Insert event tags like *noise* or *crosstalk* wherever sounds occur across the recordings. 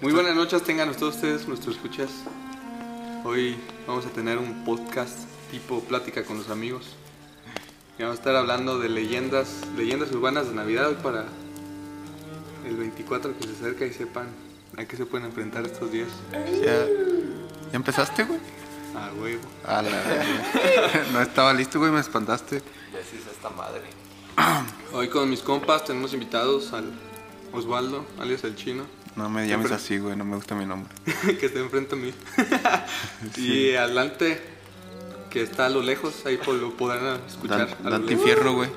Muy buenas noches tengan todos ustedes, nuestros escuchas. Hoy vamos a tener un podcast tipo plática con los amigos. Y vamos a estar hablando de leyendas, leyendas urbanas de Navidad hoy para el 24 que se acerca y sepan a qué se pueden enfrentar estos días. Ya, ¿Ya empezaste, güey. A huevo. A la verga. *laughs* No estaba listo, güey, me espantaste. Ya se hizo esta madre. Hoy con mis compas tenemos invitados al Osvaldo, alias el chino, *laughs* No me llames así, güey, no me gusta mi nombre. que está enfrente a mí. *laughs* Y adelante, que está a lo lejos, ahí po- lo podrán escuchar. Dan- a lo Dante lejos. Infierno, güey.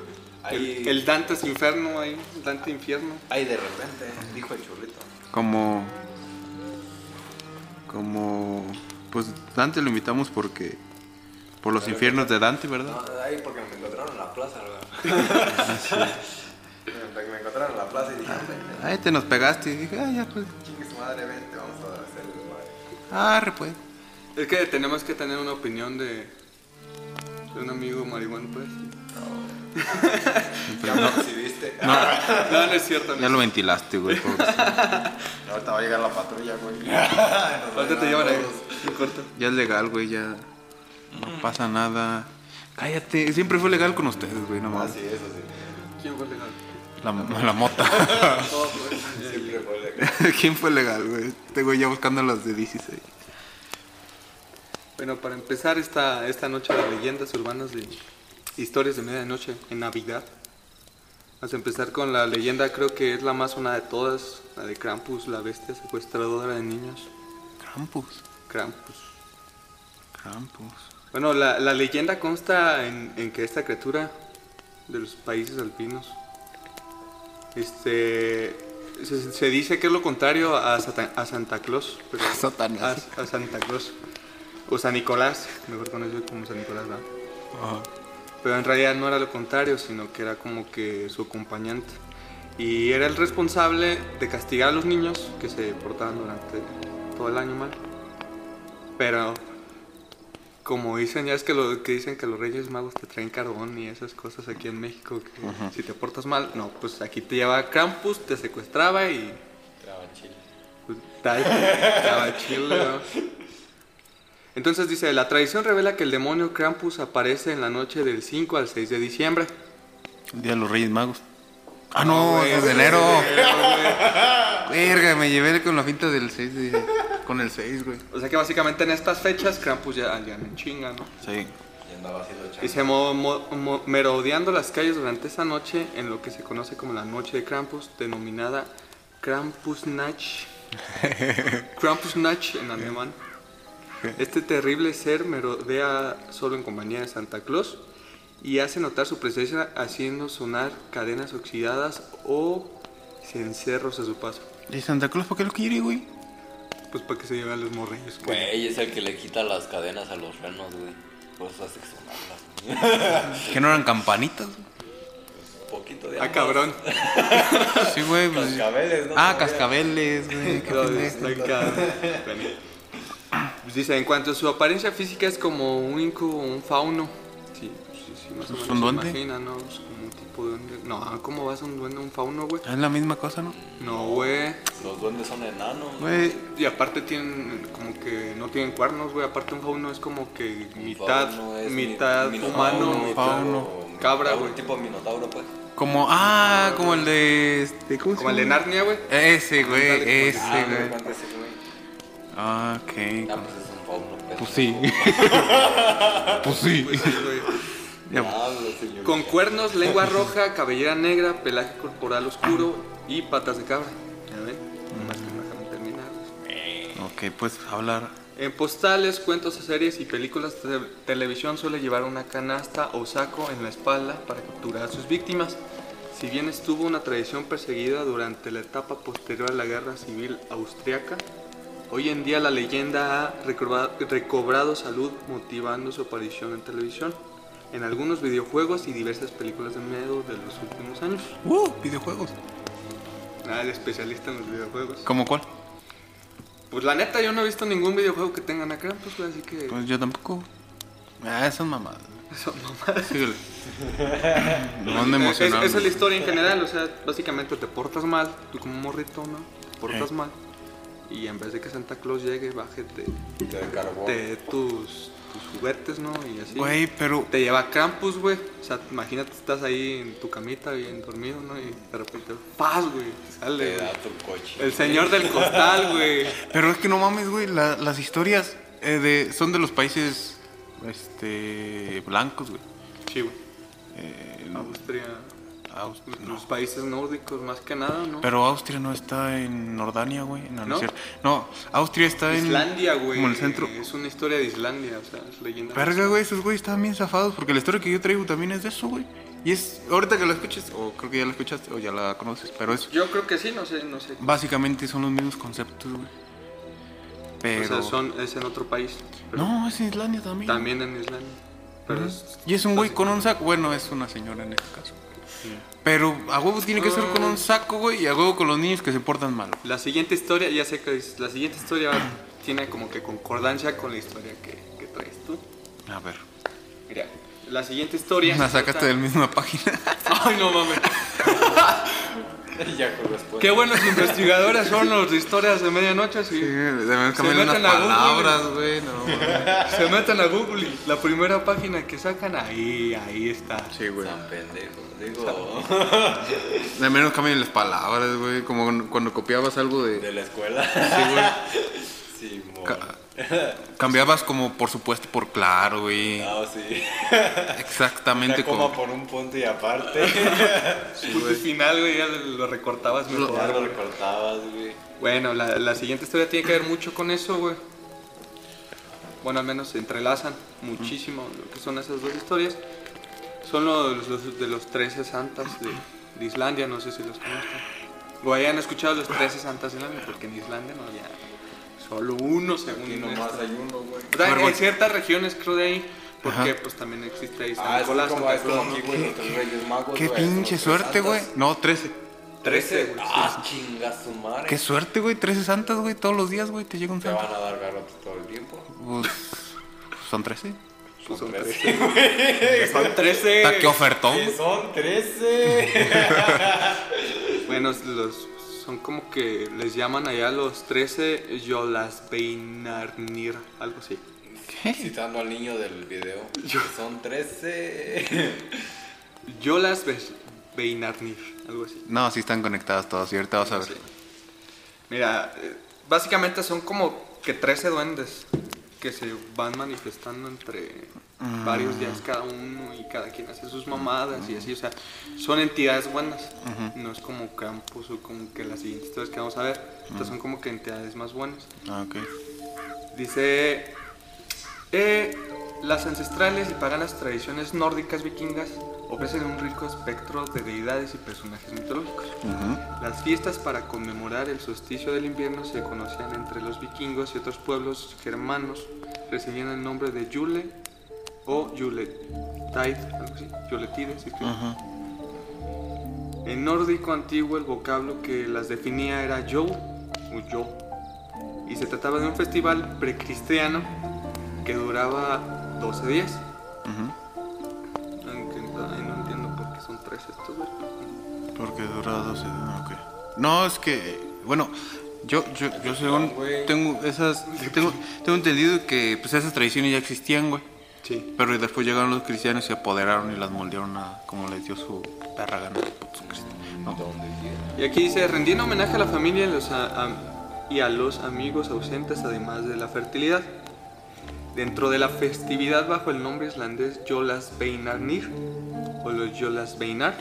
Ahí, El, el Dante's Inferno ahí, Dante Infierno. ahí de repente, dijo el churrito. Como. Como. Pues Dante lo invitamos porque. Por los infiernos de Dante, ¿verdad? No, ahí porque me encontraron en la plaza, ¿verdad? me, me encontraron en la plaza y dije, "Vente, Ahí te nos pegaste y dije, ah, ya pues. chingue su madre, vente, vamos a hacer el madre. Arre, pues. Es que tenemos que tener una opinión de, de un amigo marihuano, pues. Ya me recibiste. No, no es cierto. Ya No. lo ventilaste, güey. pobre. No, ahorita va a llegar la patrulla, güey. Nos va a Ahorita te llevan llevar a ahí. todos. en corto. Ya es legal, güey, ya. Mm. No pasa nada. Cállate, siempre fue legal con ustedes, güey, no Ah, mames. sí, eso sí. ¿Quién fue legal? La, la mota. Todo, pues. Siempre fue legal. *laughs* ¿Quién fue legal, güey? Este güey ya buscando las de 16. Bueno, para empezar esta, esta noche de leyendas urbanas de historias de medianoche en Navidad, vamos a empezar con la leyenda, creo que es la más sonada de todas, la de Krampus, la bestia secuestradora de niños. Krampus. Krampus. Krampus. Bueno, la, la leyenda consta en, en que esta criatura de los países alpinos este, se, se dice que es lo contrario a, Satan- a Santa Claus. pero- *laughs* A Satanás. A, a Santa Claus. O San Nicolás, mejor conocido como San Nicolás, ¿verdad? Pero en realidad no era lo contrario, sino que era como que su acompañante. Y era el responsable de castigar a los niños que se portaban durante todo el año mal. Pero, como dicen, ya es que, lo, que dicen que los Reyes Magos te traen carbón y esas cosas aquí en México, que si te portas mal, no, pues aquí te llevaba Krampus, te secuestraba y Traba chile. pues, tal, estaba chido, ¿no? Entonces dice, la tradición revela que el demonio Krampus aparece en la noche del 5 al 6 de diciembre. El día de los Reyes Magos. Ah, no, güey, es güey, de enero. güey. Verga, me llevé con la finta del 6 de. Con el 6, güey. O sea que básicamente en estas fechas Krampus ya ya no chinga, ¿no? Sí. Y andaba haciendo chango. Y se mo- mo- mo- merodeando las calles durante esa noche en lo que se conoce como la noche de Krampus, denominada Krampusnacht. Krampusnacht en alemán. Este terrible ser merodea solo en compañía de Santa Claus y hace notar su presencia haciendo sonar cadenas oxidadas o cencerros a su paso. ¿Y Santa Claus por qué lo quiere, güey? Pues para que se lleven los morrillos. güey. Güey, es el que le quita las cadenas a los renos, güey. Por eso hace que sonarlas. Que no eran campanitas, güey. Un poquito de Ah, cabrón. Sí, güey. pues- Cascabeles, ¿no? Ah, cascabeles, güey. Qué Todo pendejo. está en cada- Bueno. Pues dice, en cuanto a su apariencia física es como un inco o un fauno. Sí, sí, sí, más o ¿Es menos un se duende? imagina, ¿no? Es como un tipo de duende. No, ah, ¿cómo vas a un duende, un fauno, güey? Ah, Es la misma cosa, ¿no? No, güey. Los duendes son enanos. Güey. Y aparte tienen, como que no tienen cuernos, güey. Aparte un fauno es como que mitad, fauno es mi- mitad minotauro, humano, mitad- fauno, mitad- cabra, güey. Un tipo minotauro, pues. Como. Ah, como el de. Este, ¿cómo se Como el de llama? Narnia, *laughs* güey. Ese, Ándale, pues, güey. Ah, Ese, no me güey. cuentes ese, güey. Ah, ok. *laughs* Ah, pues es un fauno, pues. Pues sí. pues sí. Pues sí, güey. Diablo, señor. Con cuernos, lengua roja, cabellera negra, pelaje corporal oscuro y patas de cabra. ¿Ya ven? Nomás que no dejaron terminar. Ok, pues hablar. En postales, cuentos, series y películas de televisión suele llevar una canasta o saco en la espalda para capturar a sus víctimas. Si bien estuvo una tradición perseguida durante la etapa posterior a la Guerra Civil Austriaca, hoy en día la leyenda ha recobra- recobrado salud motivando su aparición en televisión, en algunos videojuegos y diversas películas de miedo de los últimos años. Uh, videojuegos. Nada de especialista en los videojuegos. ¿Cómo cuál? Pues la neta, yo no he visto ningún videojuego que tengan a Krampus, güey, así que... Pues yo tampoco. Ah, esas mamadas. Eso, mamá. Síguele. *laughs* Eh, Es- No me Esa emocionaron. es la historia en general, o sea, básicamente te portas mal, tú como morrito, ¿no? Te Eh. portas mal. Y en vez de que Santa Claus llegue, bájete Te encargó. te, tus, tus juguetes, ¿no? Y así. Güey, pero. Te lleva Krampus, güey. O sea, imagínate, estás ahí en tu camita, bien dormido, ¿no? Y de repente, ¡paz, güey! Sale Te da tu coche. el señor del costal, güey. Pero es que no mames, güey. la- las historias eh, de, son de los países. Este. blancos, güey. Sí, güey. Eh, Austria. Austria. Los pues, países nórdicos, más que nada, ¿no? Pero Austria no está en Jordania, güey. No, no, ¿No? es cierto. No, Austria está en. Islandia, güey. Como en el centro. Es una historia de Islandia, o sea, es leyenda. Verga, güey, esos güey estaban bien zafados. Porque la historia que yo traigo también es de eso, güey. Y es. Ahorita que la escuches, o creo que ya la escuchaste, o ya la conoces, pero es. Yo creo que sí, no sé, no sé. Básicamente son los mismos conceptos, güey. Pero. O sea, son, es en otro país. pero No, es Islandia también. También en Islandia. Pero es- Y es un güey con un saco. Bueno, es una señora en este caso. Pero a huevo tiene que ser con Ah. un saco, güey, y a huevo con los niños que se portan mal. la siguiente historia, ya sé que es- la siguiente historia tiene como que concordancia con la historia que, que traes tú. A ver. Mira, la siguiente historia. *laughs* La sacaste de la misma página. Ay, no mames. ya corresponde. Qué buenos investigadores son los de historias de medianoche. sí. deben cambiarle unas palabras, güey. No, Se meten a Google y la primera página que sacan, ahí, ahí está. sí, güey. Tan pendejo. Digo, *laughs* De menos cambian las palabras, güey. Como cuando copiabas algo de. de la *laughs* escuela. Sí, güey. Ca- cambiabas como por supuesto por claro, güey. No, sí. Exactamente Una como. coma por un punto y aparte. Punto y final, güey, ya lo recortabas mejor. ya lo recortabas, güey. Bueno, la, la siguiente historia tiene que ver mucho con eso, güey. Bueno, al menos se entrelazan muchísimo lo que son esas dos historias. Son los, los- de los 13 santas de, de Islandia, no sé si los conocen. O hayan escuchado los 13 santas de Islandia, porque en Islandia no había solo uno, según Y esto. nomás hay uno, güey. O sea, A ver, en güey. ciertas regiones creo de ahí, porque Ajá. pues también existe ahí San Ah, es Nicolás, como, Santa es como Cruz, aquí, ¿no? güey, los tres reyes magos, güey, Qué son los pinche tres suerte, güey. santas. No, 13. 13, güey. Ah, chinga su madre. Qué suerte, güey. 13 santas, güey. Todos los días, güey, te llega un Te santo. van a dar garrotes todo el tiempo. Pues, son 13. Pues son 13. Son 13. Está que ofertón. Sí, son 13. Bueno, los, son como que les llaman allá los 13 Yolasbeinarnir, algo así. Citando al niño del video. que Son 13. Yolasbeinarnir, algo así. No, sí están conectadas todas, y ahorita vas a ver. Sí. Mira, eh, básicamente son como que 13 duendes que se van manifestando entre Mm. varios días cada uno y cada quien hace sus mamadas y así, o sea, son entidades buenas, no es como Campos o como que las siguientes historias que vamos a ver, estas son como que entidades más buenas. Ah, ok. Dice, eh, las ancestrales y paganas tradiciones nórdicas vikingas ofrecen un rico espectro de deidades y personajes mitológicos. Las fiestas para conmemorar el solsticio del invierno se conocían entre los vikingos y otros pueblos germanos, recibiendo el nombre de Yule o Yuletide, algo así, Yuletide, se escribe. En nórdico antiguo el vocablo que las definía era Yol o Yo, y se trataba de un festival precristiano que duraba 12 días. Aunque ay, no entiendo por qué son 3 estos, güey. Porque dura 12. ah, ok. No, es que. Bueno, yo, yo, yo según. Tengo esas. Tengo, tengo entendido que pues, esas tradiciones ya existían, güey. Sí. Pero después llegaron los cristianos y se apoderaron y las moldearon a como les dio su perra gana. puto cristiano. No. Y aquí dice, rendiendo homenaje a la familia y, los a- a- y a los amigos ausentes, además de la fertilidad. Dentro de la festividad bajo el nombre islandés Jólasbeinarnir o los Jólasbeinar,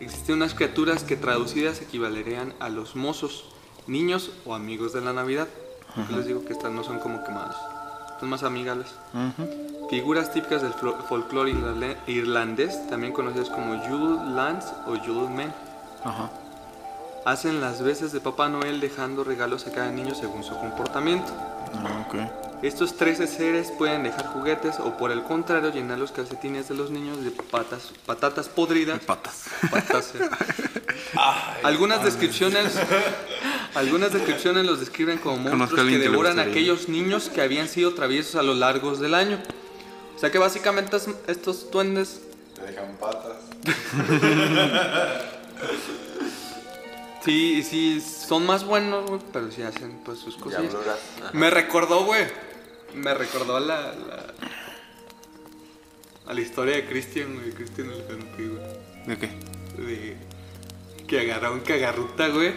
existen unas criaturas que traducidas equivalerían a los mozos, niños o amigos de la Navidad. Yo les digo que estas no son como quemados, son más amigables. Figuras típicas del flo- folclore irlande- irlandés, también conocidas como Yule Lands o Yule Men, Ajá. hacen las veces de Papá Noel dejando regalos a cada niño según su comportamiento. Ah, ok. Estos 13 seres pueden dejar juguetes o por el contrario llenar los calcetines de los niños de patas, patatas podridas. Patas. Patas, *laughs* eh. algunas descripciones algunas descripciones los describen como Conozco a monstruos que alguien que le devoran a gustaría. aquellos niños que habían sido traviesos a lo largo del año. O sea que básicamente es- estos duendes Te dejan patas. sí sí son más buenos, güey, pero sí hacen pues sus cosillas. Diabluras. Me recordó, güey. Me recordó a la, la- A la historia de Christian, güey. Christian el Canupi, güey. ¿De qué? De. Que agarraron cagarruta, güey.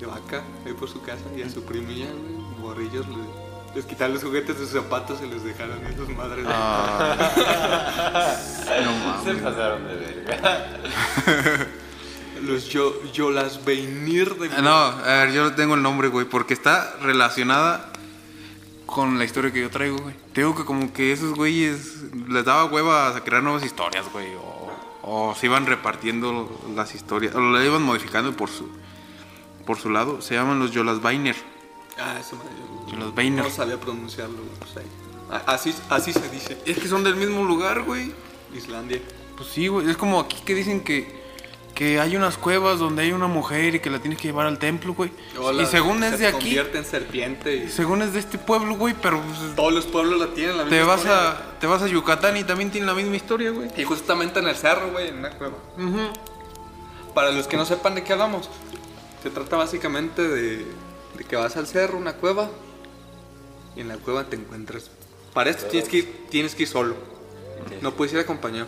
De vaca, ahí por su casa. Y a su primilla, güey. Borrillos, le- les quitaron los juguetes de sus zapatos y los dejaron en sus madres. Ah, *laughs* Se pasaron de verga. *laughs* Los yo, yo las venir *laughs* de. no, a ver, yo tengo el nombre, güey, porque está relacionada con la historia que yo traigo, güey. Te digo que como que esos güeyes les daba hueva a crear nuevas historias, güey, o, o se iban repartiendo las historias, o las iban modificando por su por su lado. Se llaman los Yolas Bainer. Ah, eso me. Yo las Bainer. No sabía pronunciarlo, güey. pues ahí. A- Así, así se dice. Es que son del mismo lugar, güey. Islandia. Pues sí, güey. Es como aquí que dicen que, que hay unas cuevas donde hay una mujer y que la tienes que llevar al templo, güey. Hola, y según es se de aquí, convierte en serpiente y según es de este pueblo, güey, pero pues, Todos los pueblos la tienen, la misma te vas historia, a te vas a Yucatán y también tienen la misma historia, güey. güey. Y justamente en el cerro, güey, en una cueva. Para los que no sepan de qué hablamos, se trata básicamente de, de que vas al cerro, una cueva, y en la cueva te encuentras. Para esto tienes que ir, tienes que ir solo. No puedes ir acompañado.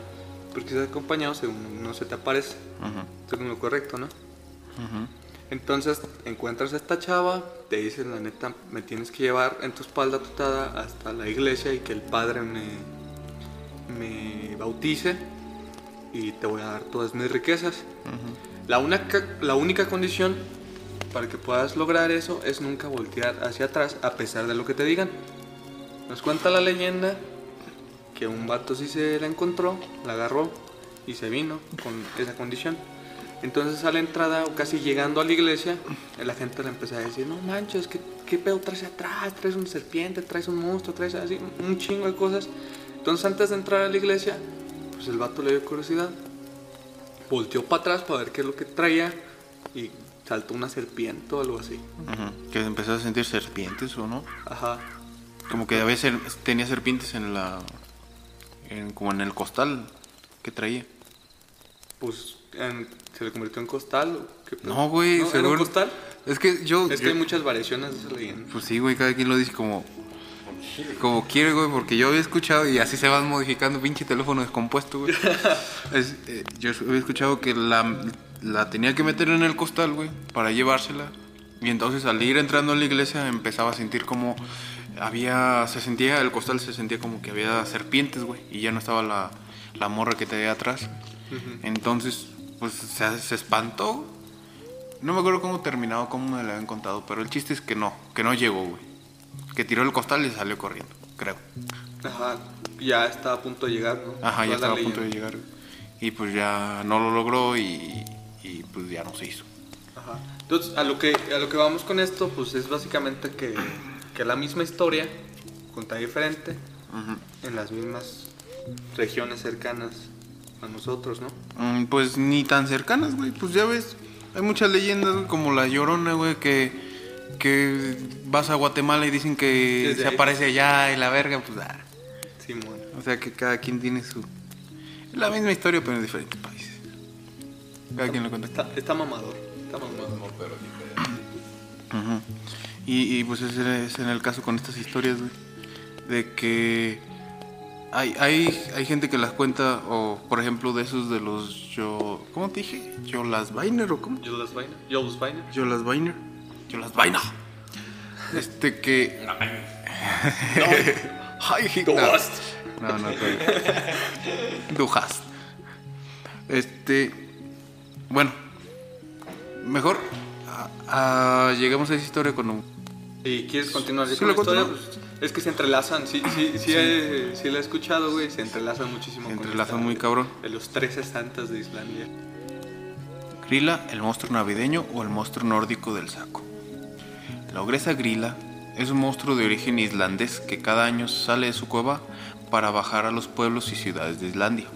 Porque si estás acompañado, según no se te aparece. Según lo correcto, ¿no? Entonces encuentras a esta chava, te dicen, la neta, me tienes que llevar en tu espalda tutada hasta la iglesia y que el padre me, me bautice y te voy a dar todas mis riquezas. la, única, la única condición para que puedas lograr eso es nunca voltear hacia atrás a pesar de lo que te digan. Nos cuenta la leyenda que un vato sí se la encontró, la agarró y se vino con esa condición. Entonces a la entrada, o casi llegando a la iglesia, la gente le empezó a decir, no manches, ¿qué, qué pedo traes atrás? Traes un serpiente, traes un monstruo, traes así un chingo de cosas. Entonces antes de entrar a la iglesia, pues el vato le dio curiosidad. Volteó para atrás para ver qué es lo que traía y saltó una serpiente o algo así. Que empezás a sentir serpientes o no? Ajá. Como que a veces tenía serpientes en la en- como en el costal que traía. Pues en- se le convirtió en costal. ¿o qué pedo? No, güey, ¿No? ¿Era seguro. un costal? Es que yo Es que yo- hay muchas variaciones de esa leyenda. Pues sí, güey, cada quien lo dice como como quiere, güey, porque yo había escuchado y así se van modificando pinche teléfono descompuesto, güey. Es, eh, yo había escuchado que la, la tenía que meter en el costal, güey, para llevársela. Y entonces al ir entrando en la iglesia empezaba a sentir como había, se sentía, el costal se sentía como que había serpientes, güey, y ya no estaba la, la morra que tenía atrás. Entonces, pues se, se espantó. No me acuerdo cómo terminado, cómo me lo habían contado, pero el chiste es que no, que no llegó, güey. Que tiró el costal y salió corriendo, creo. Ajá. Ya estaba a punto de llegar, ¿no? Ajá, ya Toda estaba la a punto de leyenda. llegar. Y pues ya no lo logró y, y pues ya no se hizo. Ajá. Entonces, a lo, que, a lo que vamos con esto, pues es básicamente que, que la misma historia, contada diferente, en las mismas regiones cercanas a nosotros, ¿no? Mm, pues ni tan cercanas, güey. Pues ya ves, hay muchas leyendas, güey, como la Llorona, güey, que, que vas a Guatemala y dicen que Desde se ahí. aparece allá y la verga, pues ah. Simón. O sea que cada quien tiene su... Es la misma historia, pero en diferentes países. Cada quien lo cuenta. Está, está mamador. Está mamador. Ujú. y, y, pues ese es en el caso con estas historias, güey. De que hay, hay, hay gente que las cuenta, o por ejemplo de esos de los yo... ¿Cómo te dije? Yo las Vainer o cómo? Jules Viner. Jules Viner. Yo las Vainer. *laughs* Yo las Vaina. Este que... Ay, Du no. hast. No, no, creo. Du hast. Este. Bueno. Mejor. a- a- llegamos a esa historia con un. ¿Y quieres continuar yo Sí, con lo la historia? continúo. pues, es que se entrelazan, sí, sí, sí, eh, sí la he escuchado, güey, se entrelazan muchísimo. Se con entrelazan esta muy de- cabrón. De los 13 santas de Islandia. Grila, el monstruo navideño o el monstruo nórdico del saco. La ogresa Grila es un monstruo de origen islandés que cada año sale de su cueva para bajar a los pueblos y ciudades de Islandia,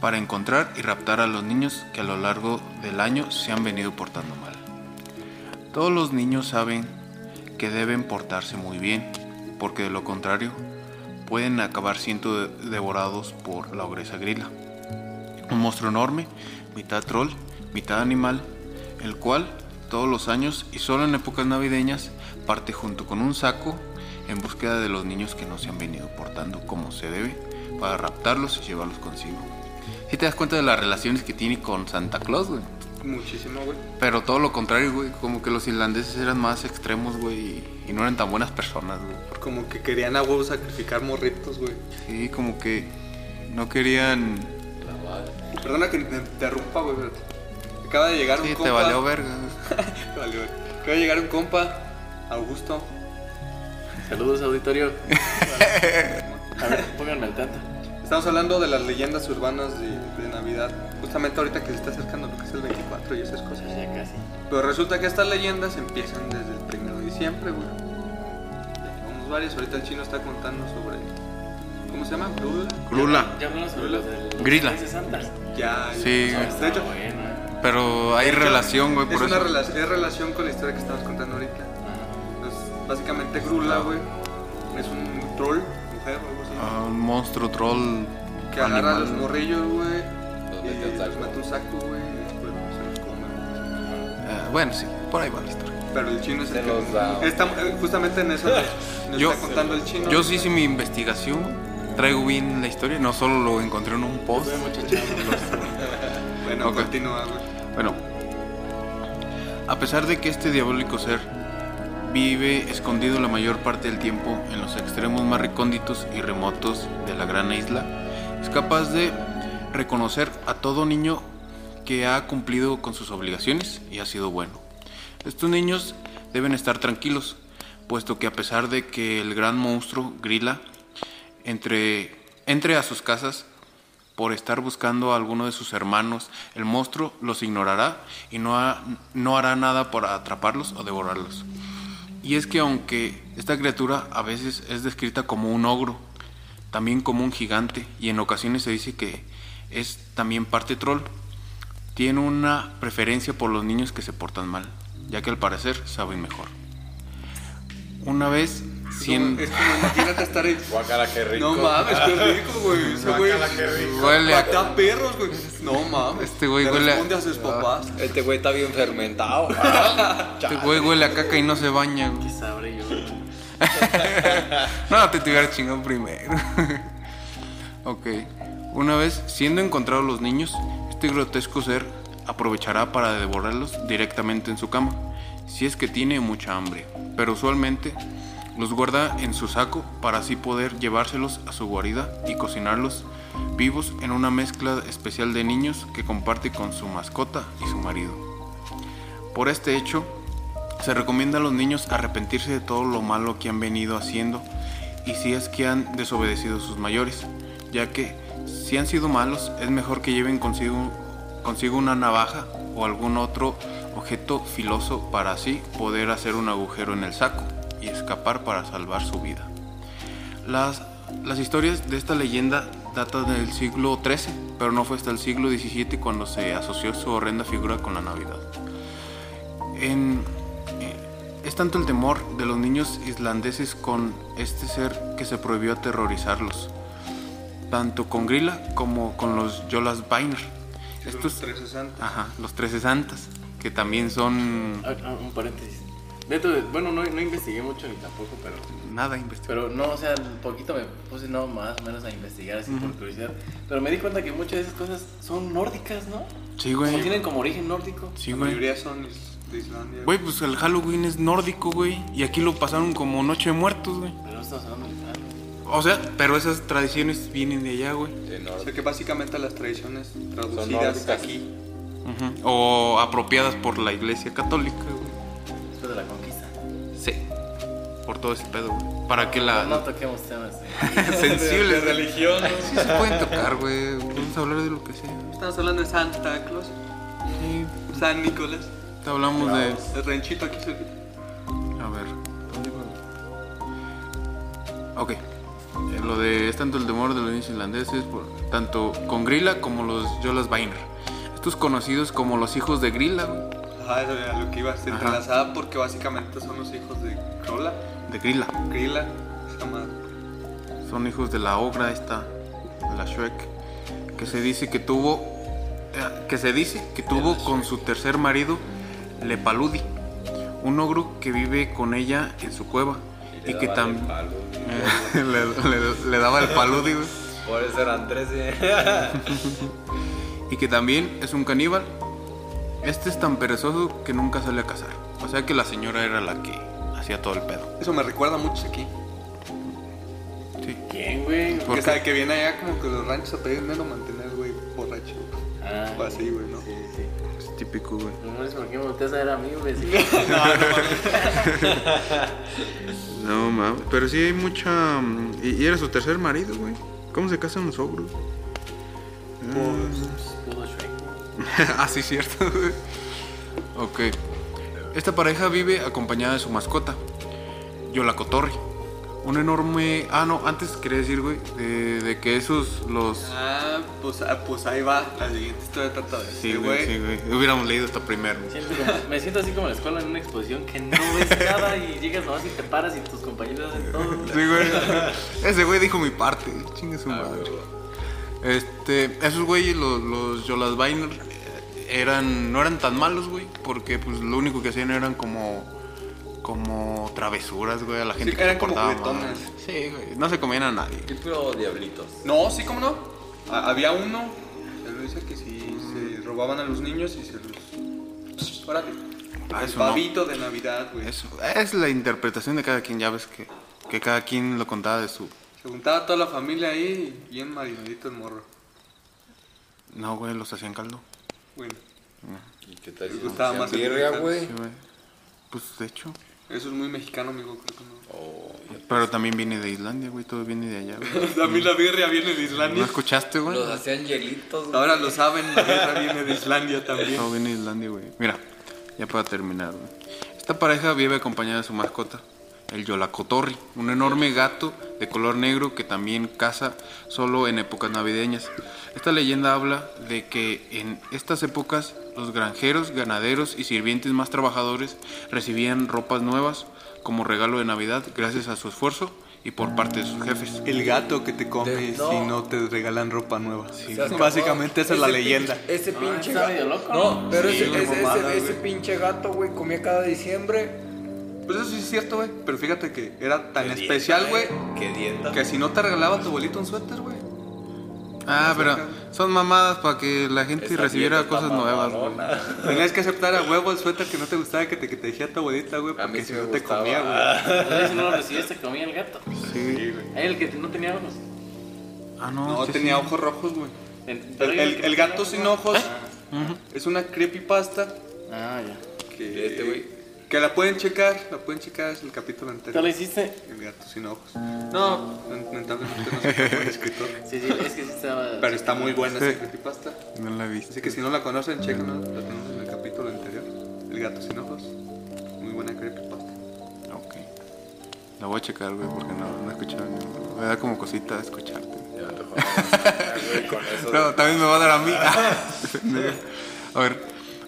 para encontrar y raptar a los niños que a lo largo del año se han venido portando mal. Todos los niños saben que deben portarse muy bien, porque de lo contrario pueden acabar siendo de- devorados por la ogresa Grila un monstruo enorme, mitad troll, mitad animal, el cual todos los años y solo en épocas navideñas parte junto con un saco en búsqueda de los niños que no se han venido portando como se debe para raptarlos y llevarlos consigo. Si te das cuenta de las relaciones que tiene con Santa Claus, güey. Muchísimo, güey. Pero todo lo contrario, güey. Como que los irlandeses eran más extremos, güey. y- Y no eran tan buenas personas, güey. Como que querían a huevo sacrificar morritos, güey. Sí, como que no querían... Perdona que te interrumpa, güey, pero acaba de llegar un Sí, compa. te valió verga. *laughs* Te valió ver. Acaba de llegar un compa, Augusto. *laughs* Saludos, auditorio. A ver, pónganme al tanto. Estamos hablando de las leyendas urbanas de, de Navidad, justamente ahorita que se está acercando lo que es el 24 y esas cosas. Ya casi. Pero resulta que estas leyendas empiezan desde el 1 de diciembre, güey. Ya Llevamos varias, ahorita el chino está contando sobre... ¿Cómo se llama? ¿Brula? Lula. Ya hablamos sobre los del... Grila. Los Santas. Ya, Sí, ya. güey. De hecho, Bueno. Pero hay relación, güey. es por una eso. rela- es relación con la historia que estamos contando ahorita. Entonces, básicamente Grula, güey, es un troll, mujer o algo así. Ah, un monstruo troll. Que agarra a los animal. morrillos, güey. Los Y mete al los saco. mete un saco, güey. Y después pues, se los come. güey. Eh, bueno, sí, por ahí va la historia. Pero el chino es el Se los da, que. güey. Está, eh, justamente en eso nos, nos Yo- está contando el chino. Yo sí hice mi investigación, traigo bien la historia, no solo lo encontré en un post. Bueno, Ok. continúa, güey. Bueno, a pesar de que este diabólico ser vive escondido la mayor parte del tiempo en los extremos más recónditos y remotos de la gran isla, es capaz de reconocer a todo niño que ha cumplido con sus obligaciones y ha sido bueno. Estos niños deben estar tranquilos, puesto que a pesar de que el gran monstruo, Grila, entre, entre a sus casas, por estar buscando a alguno de sus hermanos, el monstruo los ignorará y no, ha- no hará nada para atraparlos o devorarlos. Y es que aunque esta criatura a veces es descrita como un ogro, también como un gigante, y en ocasiones se dice que es también parte troll, tiene una preferencia por los niños que se portan mal, ya que al parecer saben mejor. Una vez, cien... Es como, imagínate estar en. Guacala, qué rico. No mames, qué rico, güey. Ese güey. Guácala, qué rico. Huele a- Acá perros, güey. No mames. Este güey Le huele a- Responde a sus papás. Este güey está bien fermentado. Este güey huele a caca y no se baña. güey. ¿Qué sabré yo? No, te tirar chingón primero. *laughs* ok. Una vez siendo encontrados los niños, este grotesco ser aprovechará para devorarlos directamente en su cama, si es que tiene mucha hambre. Pero usualmente los guarda en su saco para así poder llevárselos a su guarida y cocinarlos vivos en una mezcla especial de niños que comparte con su mascota y su marido. Por este hecho, se recomienda a los niños arrepentirse de todo lo malo que han venido haciendo y si es que han desobedecido a sus mayores, ya que si han sido malos es mejor que lleven consigo, consigo una navaja o algún otro objeto filoso para así poder hacer un agujero en el saco y escapar para salvar su vida. Las, las historias de esta leyenda datan del siglo XIII, pero no fue hasta el siglo XVII cuando se asoció su horrenda figura con la Navidad. En- eh, es tanto el temor de los niños islandeses con este ser que se prohibió aterrorizarlos, tanto con Grilla como con los Yolas Vainer. Estos Estos, 13 santos. ajá, los Trece Santas, que también son Ah, ah, un paréntesis. Dentro de- bueno, no, no investigué mucho ni tampoco, pero... nada investigados. Pero no, o sea, un poquito me puse no, más o menos a investigar así por curiosidad. Pero me di cuenta que muchas de esas cosas son nórdicas, ¿no? Sí, Como güey. tienen como origen nórdico. Sí, La güey. mayoría son is- de Islandia. Güey, pues el Halloween es nórdico, güey. Y aquí lo pasaron como Noche de Muertos, güey. Pero no estamos hablando de nada. O sea, pero esas tradiciones vienen de allá, güey. De O sea norte. que básicamente las tradiciones nórdicas. traducidas aquí Ujú. O apropiadas por la iglesia católica, güey. Después de la conquista. Sí. Por todo ese pedo, güey. Para que *laughs* la... No toquemos temas. eh. sensibles. de religión. Sí se pueden tocar, güey. Vamos a hablar de lo que sea. Estamos hablando de Santa Claus, Sí. San Nicolás, Te hablamos de... el ranchito aquí cerquita. A ver. Ok. Eh, Lo de es tanto el temor de los niños irlandeses, por, tanto con Grilla como los Yolas Vainer. Estos conocidos como los hijos de Grilla, güey. Ajá, eso era lo que iba, se Ajá. entrelazaba porque básicamente son los hijos de Crola, de Grilla. Krila, esa madre. Son hijos de la ogra esta, de la Shrek, que se dice que tuvo, eh, que se dice que tuvo con su tercer marido Lepaludi, un ogro que vive con ella en su cueva y, que también *laughs* le, le- le daba el paludi, güey. Por eso eran eh. 13. *laughs* y que también es un caníbal. Este es tan perezoso que nunca sale a cazar. O sea que la señora era la que hacía todo el pedo. Eso me recuerda mucho aquí. Sí. ¿Quién, güey? ¿Por Porque qué? sabe que viene allá como que los ranchos a pedir menos mantener, güey, borracho. Ah, O así, güey, ¿no? Sí, sí. Es típico, güey. No mames, ¿por qué me volteas a ver a mí, güey? Sí. No, mames. Pero sí hay mucha... mm, Y, y era su tercer marido, güey. ¿Cómo se casan los ogros? Pudo Shrek. *laughs* ah, sí, cierto. *laughs* güey. ok. Esta pareja vive acompañada de su mascota, Yola Cotorri. Un enorme... Ah, no, antes quería decir, güey, de, de que esos los... Ah, pues, ah, pues ahí va, la siguiente historia trata de Sí, este, güey, sí, güey. güey. Hubiéramos leído esto primero. Siento como- me siento así como en la escuela en una exposición que no ves nada y llegas nomás y te paras y tus compañeros hacen todo. *laughs* Sí, güey. *laughs* Ah, Ese güey dijo mi parte. Chingue su madre. Este, esos güeyes, los, los Yolas Vainer, eh, eran, no eran tan malos, güey, porque pues lo único que hacían eran como, como travesuras, güey, a la gente que eran se como portaba mal. juguetones. Sí, güey, no se comían a nadie. Y puro diablitos. No, sí, ¿cómo no? A- había uno, se lo dice que si se robaban a los niños y se los... Órale. Ah, el eso no. pavito de Navidad, güey. Eso, es la interpretación de cada quien, ya ves que, que cada quien lo contaba de su... Se juntaba toda la familia ahí, bien marinadito el morro. No, güey, los hacían caldo. Bueno, ¿Y qué tal Les si gustaba hacían más el birria, mexicano. güey? Sí, güey. Pues de hecho... eso es muy mexicano, amigo, creo que no. O Pero también viene de Islandia, güey, todo viene de allá, *laughs* güey. A mí la birria viene de *laughs* ¿No Islandia. escuchaste, güey? los hacían hielitos, güey. Ahora lo saben, la birria viene de Islandia también. Todo viene de Islandia, güey. Mira, ya para terminar, güey. Esta pareja vive acompañada de su mascota, el Yolacotorri, un enorme gato de color negro que también caza solo en épocas navideñas. Esta leyenda habla de que en estas épocas los granjeros, ganaderos y sirvientes más trabajadores recibían ropas nuevas como regalo de Navidad gracias a su esfuerzo y por parte de sus jefes. El gato que te come De- si no. no te regalan ropa nueva. Se acabó. Básicamente esa es la Ese leyenda. pinche- Ese pinche está medio loco, No, pero Sí, ese, güey, ese, mamadas, ese, ese güey. pinche gato, güey, comía cada diciembre. Pues eso sí es cierto, güey. Pero fíjate que era tan Qué dieta, especial, güey, eh. Qué dieta. que si no te regalaba tu abuelito un suéter, güey. Ah, pero son mamadas para que la gente Esa recibiera dieta cosas está nuevas, güey. mamalona. Tenías que aceptar a huevo el suéter que no te gustaba, que te, que te dijera tu abuelita, güey, A mí porque sí si me no te gustaba. comía, güey. Entonces no lo recibiste, comía el gato. Sí. Ahí el que no tenía ojos. Ah, no. No, sí, tenía sí. ojos rojos, güey. El, El, el- el gato sin ojos es una creepypasta Ah, ya. que, Este, güey. que la pueden checar, la pueden checar, es el capítulo ¿Tú entero. lo hiciste? El gato sin ojos. No, lamentablemente no soy buen escritor. Sí, sí, es que sí estaba. Pero está muy buena esa creepypasta. No la viste. Así que si no la conocen, chequenla. La tenemos en el capítulo anterior. El gato sin ojos. Muy buena creepypasta. Ok. La voy a checar, güey, porque no, no he escuchado ni una. Me da como cosita escucharte. Ya me *laughs* dejó. Ah, güey, con eso Pero de- también me va a dar a *laughs* mí. *laughs* a ver,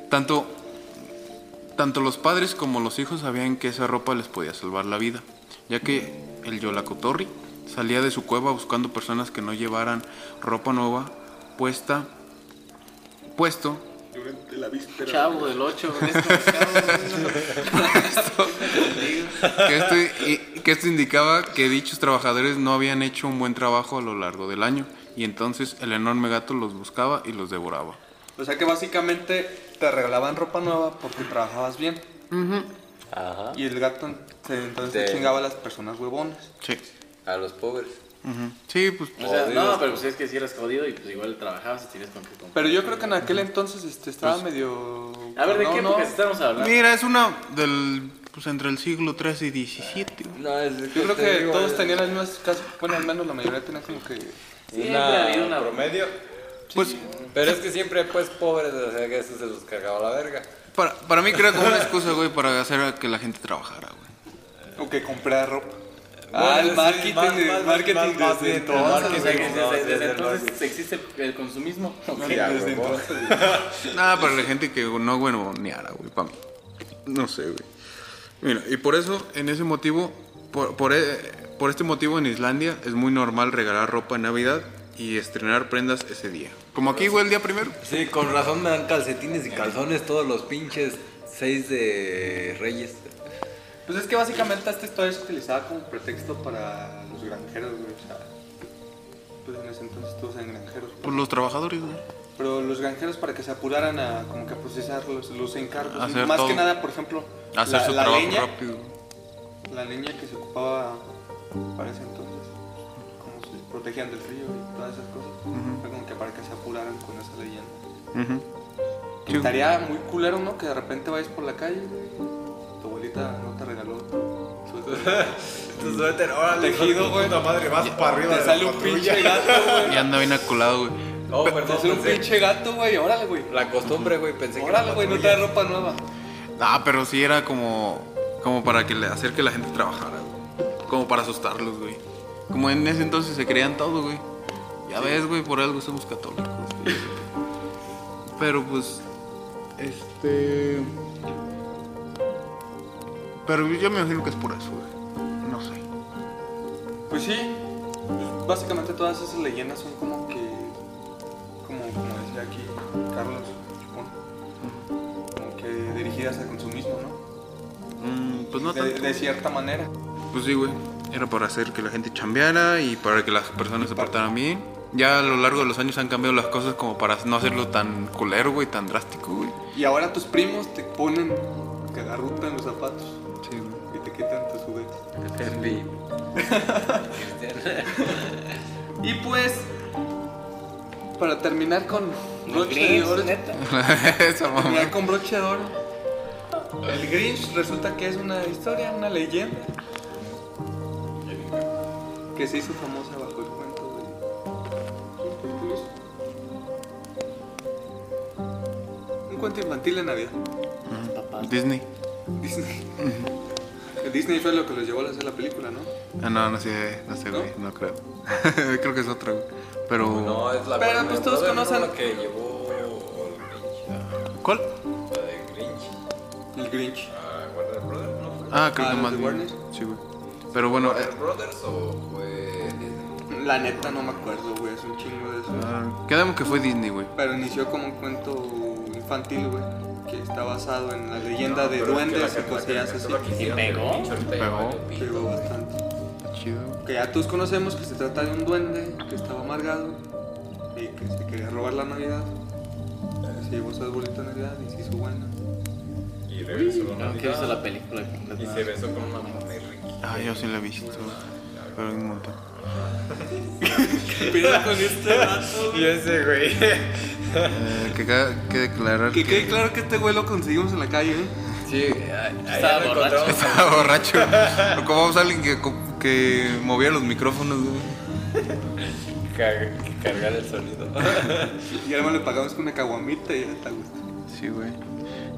tanto, tanto los padres como los hijos sabían que esa ropa les podía salvar la vida, ya que el Yolacotorri salía de su cueva buscando personas que no llevaran ropa nueva puesta, puesto Durante la víspera. Chavo del 8, Esto que esto, y- que esto indicaba que dichos trabajadores no habían hecho un buen trabajo a lo largo del año y entonces el enorme gato los buscaba y los devoraba. O sea que básicamente te regalaban ropa nueva porque trabajabas bien. Ajá. Y el gato se- entonces Te- chingaba a las personas huevonas. Sí. A los pobres. Sí, pues. O sea, Jodido. no, pero pues es que si eras jodido y pues igual trabajabas y tienes con qué comprar. Pero yo creo que en aquel entonces este, estaba medio. A ver, ¿de no, qué no. época estamos hablando? Mira, es una del. Pues entre el siglo XIII y XVII. Ah, güey. No, es Yo eh, creo te que digo, todos es- tenían las mismas casas. Bueno, al menos la mayoría tenía como que. Siempre ha habido una broma. promedio. Pues Pero es que siempre, pues, pobres, o sea, que eso se los cargaba la verga. para, para mí que era como una excusa, güey, para hacer a que la gente trabajara, güey. O que comprar ropa. Bueno, Ah, el sí, marketing, más- de- más- marketing más- más desde bien, entonces. marketing. O sea, que No, desde, desde desde entonces existe el consumismo. ¿o qué? Ya, güey, Desde vos. entonces. Nada, Ah, para la gente que no huevoneara, güey, para mí. No sé, güey. Mira, y por eso, en ese motivo, por, por, eh, por este motivo en Islandia es muy normal regalar ropa en Navidad y estrenar prendas ese día. Como aquí, güey, el día primero. Sí, con razón me dan calcetines y calzones todos los pinches seis de Reyes. Pues es que básicamente esta historia se utilizaba como pretexto para los granjeros, güey. O sea, pues en ese entonces todos eran granjeros. Por los trabajadores, güey. Pero los granjeros para que se apuraran a como que procesar los, los encargos. Hacer Más todo. que nada, por ejemplo, Hacer la, su la trabajo leña, rápido. la leña que se ocupaba para ese entonces. Como se protegían del frío y todas esas cosas. Fue como que para que se apuraran con esa leyenda. Ujú. Que Estaría muy culero, ¿no? Que de repente vayas por la calle, tu abuelita no te regaló. suéter. *laughs* Tu suéter, órale, Tejido, hijo de tu puta madre, vas para arriba. Te de la sale un patrulla. pinche gato, *laughs* güey. Y anda bien aculado, güey. Oh, Te perdón, sale un pinche gato, güey. Órale, güey. La costumbre, güey, pensé que. Órale, güey, no trae ropa nueva. Ah, pero sí era como, como para que le, hacer que la gente trabajara, güey. Como para asustarlos, güey. Como en ese entonces se creían todo, güey. Ya ves, güey, por algo somos católicos. güey. Pero pues, este... Pero yo me imagino que es por eso, güey. No sé. Pues sí. pues básicamente todas esas leyendas son como que. Como, como decía aquí Carlos Chupón, Como que dirigidas al consumismo, ¿no? Mm, pues no De, tanto. de cierta manera. Pues sí, güey. Era para hacer que la gente chambeara y para que las personas se portaran bien. Ya a lo largo de los años han cambiado las cosas como para no hacerlo tan culero, güey, tan drástico, güey. Y ahora tus primos te ponen cagarruta en los zapatos Sí, güey. *laughs* y te quitan tus juguetes. *laughs* Y pues, para terminar con broche de oro, Esa mamá. terminar con broche de oro, el Grinch resulta que es una historia, una leyenda, que se hizo famosa bajo el cuento de... Un cuento infantil de Navidad, Disney. Disney. El Disney fue lo que los llevó a hacer la película, ¿no? Ah, no, no sé, no sé, ¿No? güey. No creo. *laughs* creo que es otra, güey. Pero. No, es la Pero, Warner pues, todos Brothers, ¿no? conocen- La que llevó el Grinch. ¿Cuál? La de Grinch. El Grinch. a Warner Brothers, ¿no? fue? Ah, creo Ah, que ¿los más de bien. Warner? Sí, güey. Pero bueno, eh, ¿Warner Brothers o fue Disney? La neta no me acuerdo, güey, es un chingo de eso. ah, quedamos que fue Disney, güey. Pero inició como un cuento infantil, güey, que está basado en la leyenda de duendes y cosillas así. ¿Y pegó? Pegó. Pegó bastante. Chido. güey. Que ya todos conocemos que se trata de un duende que estaba amargado y que se quería robar la Navidad. Se llevó su arbolito de Navidad y se hizo buena. Y regresó con No, que hizo la película completa. besó con una mamá de Ricky. Ah, yo sí la he visto, güey. Pero hay un montón. este Y ese, güey. Eh, que queda- que declarar Que quede claro que este güey lo conseguimos en la calle, ¿eh? Sí, estaba Estaba borracho. Estaba borracho. O como vamos a alguien que, co- que movía los micrófonos, güey. Cargar el sonido. Y ahora le pagamos con una caguamita y ya está, güey. Sí, güey.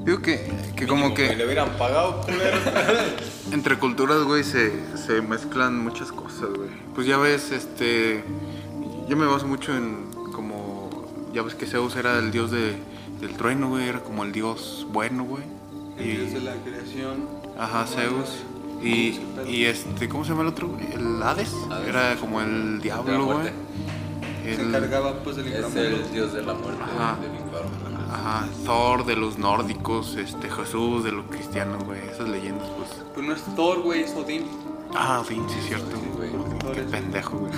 Digo que, que como Me lo que hubieran pagado, culero. *laughs* entre culturas, güey, se, se mezclan muchas cosas, güey. Pues ya ves, este... Yo me baso mucho en como... Ya ves que Zeus era el dios de- del trueno, güey. Era como el dios bueno, güey. El dios de la creación. Ajá, Zeus. Y, y este, ¿cómo se llama el otro? güey? El Hades. Hades. Era como el De la diablo, güey. muerte. Se El- encargaba pues del Es inframundo. el dios de la muerte Ajá. del infierno. Ajá, Thor de los nórdicos, este, Jesús de los cristianos, güey. Esas leyendas, pues. Pues no es Thor, güey, es Odín. Ah, sí, sí, es cierto. güey. Qué pendejo, güey.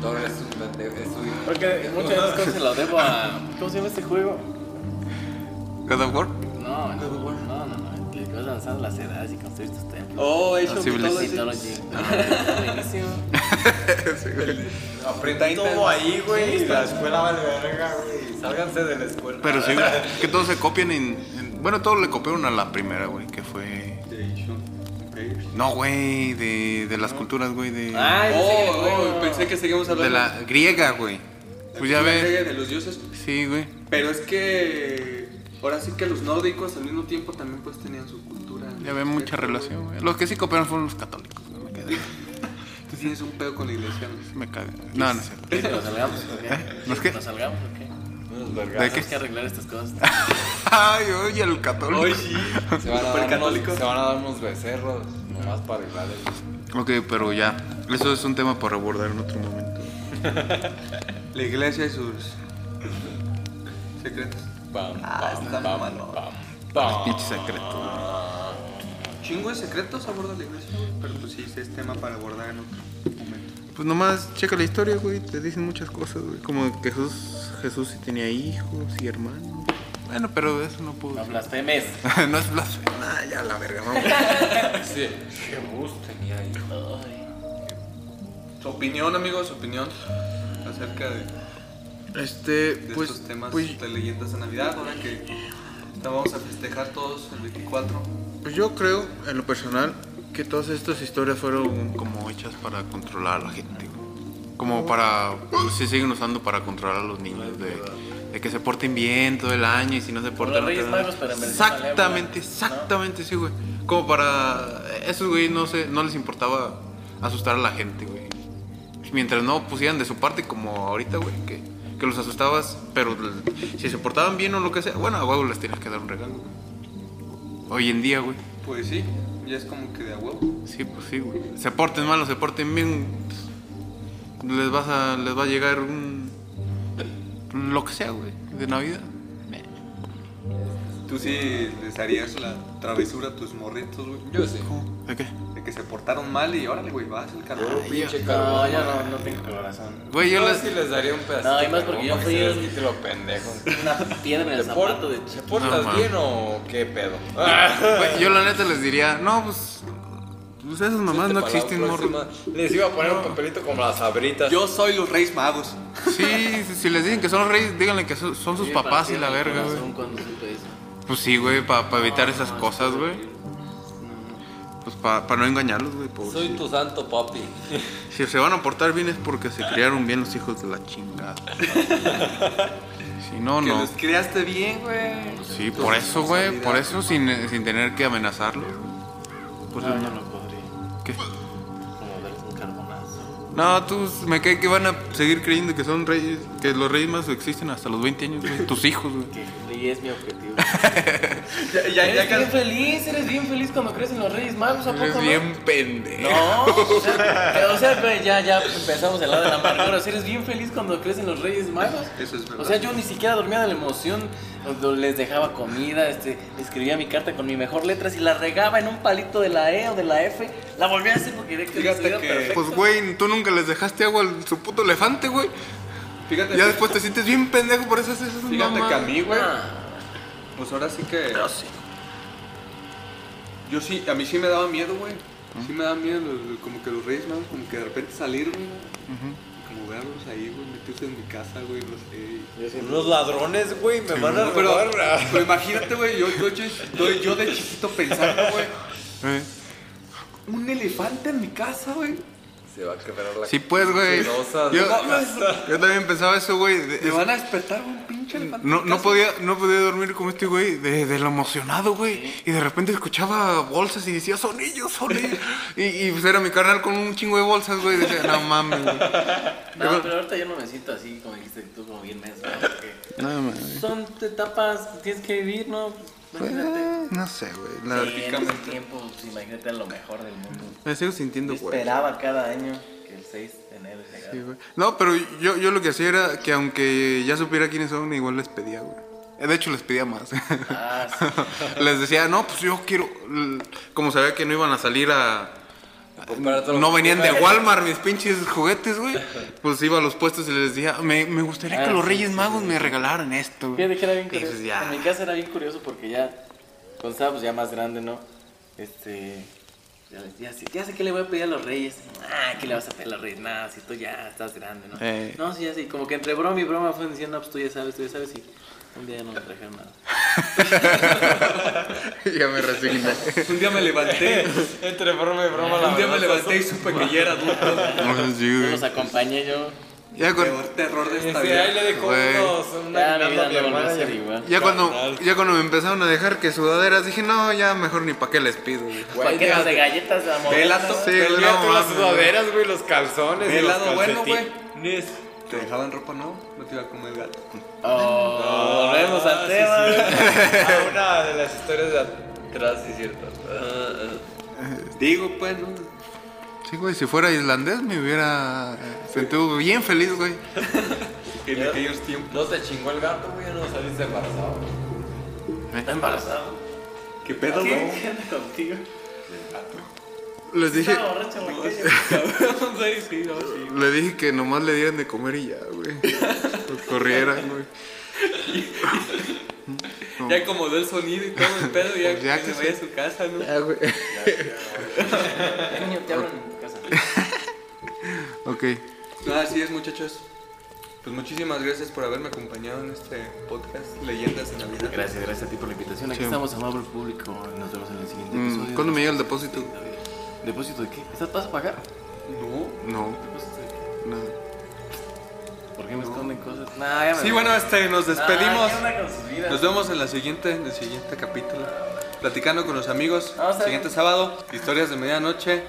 Thor es un pendejo, es su hijo. *laughs* *laughs* Porque muchas de las cosas se lo debo a. ¿Cómo se llama este juego? ¿God of War? No, No, no, no, no, no. Les vas lanzando las edades y construir tus templos. Oh, eso, Así todo les- ese- Scientology. *laughs* Buenísimo. Todo ahí, güey. La escuela vale verga, güey. Sálganse de la escuela. Pero *laughs* sí, güey, que todos se copian en, en- Bueno, todos le copiaron a la primera, güey, que fue... De hecho, ok. No, güey, de, de las culturas, güey, de... Ay, sí, Oh, bueno. oh, pensé que seguimos hablando de la griega, güey. Pues ya ves. de los dioses. Sí, güey. Pero es que ahora sí que los nórdicos al mismo tiempo también pues tenían su cultura. Ya ve mucha relación, güey. Los que sí copiaron fueron los católicos, güey. Me quedé. Tú tienes un pedo con la iglesia. ¿no? Me cagué. No, no es cierto. ¿Que ¿Nos salgamos o qué? ¿Eh? ¿Nos qué? ¿Nos salgamos o qué? ¿De Tenemos que qué? ¿Ah? arreglar estas cosas. *laughs* Ay, oye, el católico. *laughs* Se van, a Súper dar unos, católico. se van a dar unos becerros, nomás para arreglar el... Ok, pero ya. Eso es un tema para abordar en otro momento. La iglesia y sus secretos. Pam, Ah, pam, pam, pam. Pinche secreto. güey. Chingo de secretos aborda la iglesia, güey, pero pues sí, ese es tema para abordar en otro momento. Pues nomás checa la historia, güey. Te dicen muchas cosas, güey. Como que Jesús, Jesús sí tenía hijos y hermanos. Bueno, pero de eso no puedo. *laughs* No blasfemes. decir. no es blasfema. Ya la verga, vamos. Sí. Jesús tenía ahí. Ay. Su opinión, amigos, su opinión acerca de, de Este, pues. estos temas pues, de leyendas de Navidad, ahora que la vamos a festejar todos el 24. Pues yo creo, en lo personal, que todas estas historias fueron como hechas para controlar a la gente. güey. Como para. Si siguen usando para controlar a los niños. De, de que se porten bien todo el año y si no se portan. los no Reyes te dan- Magos, pero en versión malévola, Exactamente, ¿no? exactamente, sí, güey. Como para. Esos güey no, sé, no les importaba asustar a la gente, güey. Mientras no pusieran de su parte, como ahorita, güey, que, que los asustabas, pero si se portaban bien o lo que sea, bueno, a huevo les tienes que dar un regalo. güey. Hoy en día, güey. Pues sí, ya es como que de a huevo. Sí, pues sí, güey. Se porten mal o se porten bien, pues, les vas a, les va a llegar un lo que sea, güey, de Navidad. Tú sí les harías la travesura a tus morritos, güey. Yo sí. ¿De qué? De que se portaron mal y órale, güey, vas el carbón. Pinche No, carbón. yo no, no tengo corazón. Güey, yo Yo les sí les daría un pedacito. No, y más porque yo fui un- Y te lo pendejo. Una piedra en el ¿Te zapato por- de ¿Te chapa. portas No, man. bien o qué pedo? Ah, *laughs* Güey, yo la neta les diría, no, pues, pues esas mamás no para la existen, morro. próxima. Les iba a poner un papelito como las abritas. Yo soy los Reyes Magos. Sí, si- si les dicen que son los reyes, díganle que son son sus papás y la verga, güey. Cuando supe eso. Pues sí, güey, para evitar esas cosas, güey. Pues para no engañarlos, güey, pobres. Soy tu santo papi. Si se van a portar bien es porque se criaron bien los hijos de la chingada. si no, Que no. pues los criaste bien, güey. Sí, por eso, güey. Por eso, sin, sin tener que amenazarlos. Pues, No, yo no podría. ¿qué? Como darles un carbonazo. No, tú me cae que van a seguir creyendo que son reyes, que los reyes más existen hasta los 20 años, güey. Tus hijos, güey. Que y es *laughs* mi objetivo. Ya, ya, ya eres bien que feliz, eres bien feliz cuando crees en los Reyes Magos, ¿a poco Eres no? bien pendejo. *laughs* No, o sea, pero, o sea, güey, ya, ya empezamos el lado de la amargura. O sea, eres bien feliz cuando crees en los Reyes Magos. Eso es verdad. O sea, yo ni siquiera dormía de la emoción. o- Les dejaba comida, este, escribía mi carta con mi mejor letra. Si la regaba en un palito de la E o de la F, la volvía a hacer porque quería que Fíjate estuviera que- perfecto. Pues, güey, tú nunca les dejaste agua a su puto elefante, güey. Fíjate, Ya después te sientes bien pendejo, por eso haces esas fíjate que a mamadas. mí, güey. Ah, Pues ahora sí que. Yo sí, a mí sí me daba miedo, güey. Sí me daba miedo los- como que los Reyes Magos, como que de repente salir, güey. Como verlos ahí, güey, meterse en mi casa, güey, no sé. y- Unos ladrones, güey, me van a Ah, No, pero, *laughs* *laughs* robar. pero imagínate, güey, yo, yo, yo- yo de chiquito pensando, güey, Eh. un elefante en mi casa, güey. Se va a quebrar la Sí, pues, güey. Asquerosa de Yo, la yo también pensaba eso, güey. de- Me van a despertar un pinche elefante. No, en mi no casa. podía, no podía dormir como este güey de, de lo emocionado, güey. Y de repente escuchaba bolsas y decía, son ellos, son ellos. *laughs* Y, y pues era mi carnal con un chingo de bolsas, güey. Decía, no mames, güey. no, pero ahorita yo no me siento así, como dijiste tú, como bien menso. *laughs* ¿no? Porque No mames. Son etapas, tienes que vivir, ¿no? Pues, imagínate. No sé, güey. Sí, la- en ese tiempo, pues, imagínate a lo mejor del mundo. Me sigo Yo sintiendo, güey. esperaba cada año que el 6 de enero llegara. Sí, güey. No, pero yo, yo lo que hacía era que aunque ya supiera quiénes son, igual les pedía, güey. De hecho, les pedía más. Ah, *laughs* *laughs* sí. les decía, no, pues yo quiero. Como sabía que no iban a salir a. No venían de Walmart mis pinches juguetes, güey. Pues iba a los puestos y les decía, me, me gustaría Ah, que los sí, Reyes sí, Magos me regalaran esto, güey. Fíjate que era bien Y pues curioso. ya. En mi casa era bien curioso porque ya Cuando estaba pues ya más grande, ¿no? Este. Ya, les- ya sé, ya sé que le voy a pedir a los reyes. Ah, ¿qué le vas a pedir a los reyes? Nada, si tú ya estás grande, ¿no? Eh. No, sí, ya sé. Como que entre broma y broma fueron diciendo, no, pues tú ya sabes, tú ya sabes. Y un día ya no me trajeron nada. ya me resigné. Un día *laughs* me levanté, Entre broma y broma, la un día me verdad, levanté y supe que ya era adulto. *laughs* Sí, Yo güey. los acompañé yo. Ya, cu- Peor terror de esta Sí, ahí vida. le dejó Güey. unos, una Ya mi guirnalda vida a mi no volvió a hermana y a ser mi- igual. ya cuando, Carnal. ya cuando me empezaron a dejar que sudaderas, dije, no, ya mejor ni para qué les pido. güey". Paquetas de galletas, amor. Ve el lado, Sí, Te güey, olvidas no tú las mames, güey. sudaderas, güey, los calzones. ve y el los lado bueno, güey. calcetines. Te dejaban ropa, ¿no? No te iba a comer el gato. Oh, volvemos al tema. *laughs* Ah, A una de las historias de atrás, sí, cierto. Ah, Digo, pues, ¿no? Sí, güey, si fuera islandés me hubiera sentido bien feliz, güey. En aquellos tiempos. No te chingó el gato, güey, no saliste embarazado. Está embarazado. ¿Qué pedo, ¿Qué, güey? ¿Qué anda contigo? Les dije, Estaba borracho en la calle, cabrón. Sí, sí, no, sí. le dije que nomás le dieran de comer y ya, güey. Que Corrieran, güey. *laughs* Ya acomodó el sonido y todo el pedo, ya, Pues ya que que se vaya a sí. su casa, ¿no? Ya, güey. Niño, te hablan en tu casa. Ok. No, Ah, así es, muchachos. Pues muchísimas gracias por haberme acompañado en este podcast Leyendas de Navidad. Gracias, gracias a ti por la invitación. Aquí Sí. estamos, amable público. Nos vemos en el siguiente Mm, episodio. ¿Cuándo me llega el depósito? ¿Depósito de qué? ¿Estás vas a pagar? No. No, nada. ¿Por qué me esconden cosas? Nah, ya me Sí, voy. bueno, este, nos Nah, despedimos. Ah, ¿qué onda con sus vidas? Nos vemos en la siguiente, en el siguiente capítulo. Platicando con los amigos. Vamos a ver. Siguiente sábado, historias de medianoche.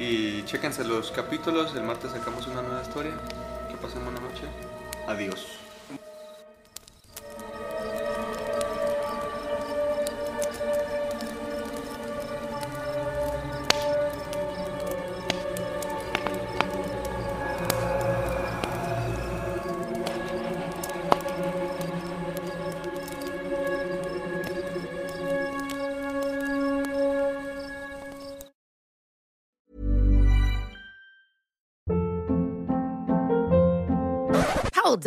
Y chéquense los capítulos. El martes sacamos una nueva historia. Que pasen buena noche. Adiós. Hold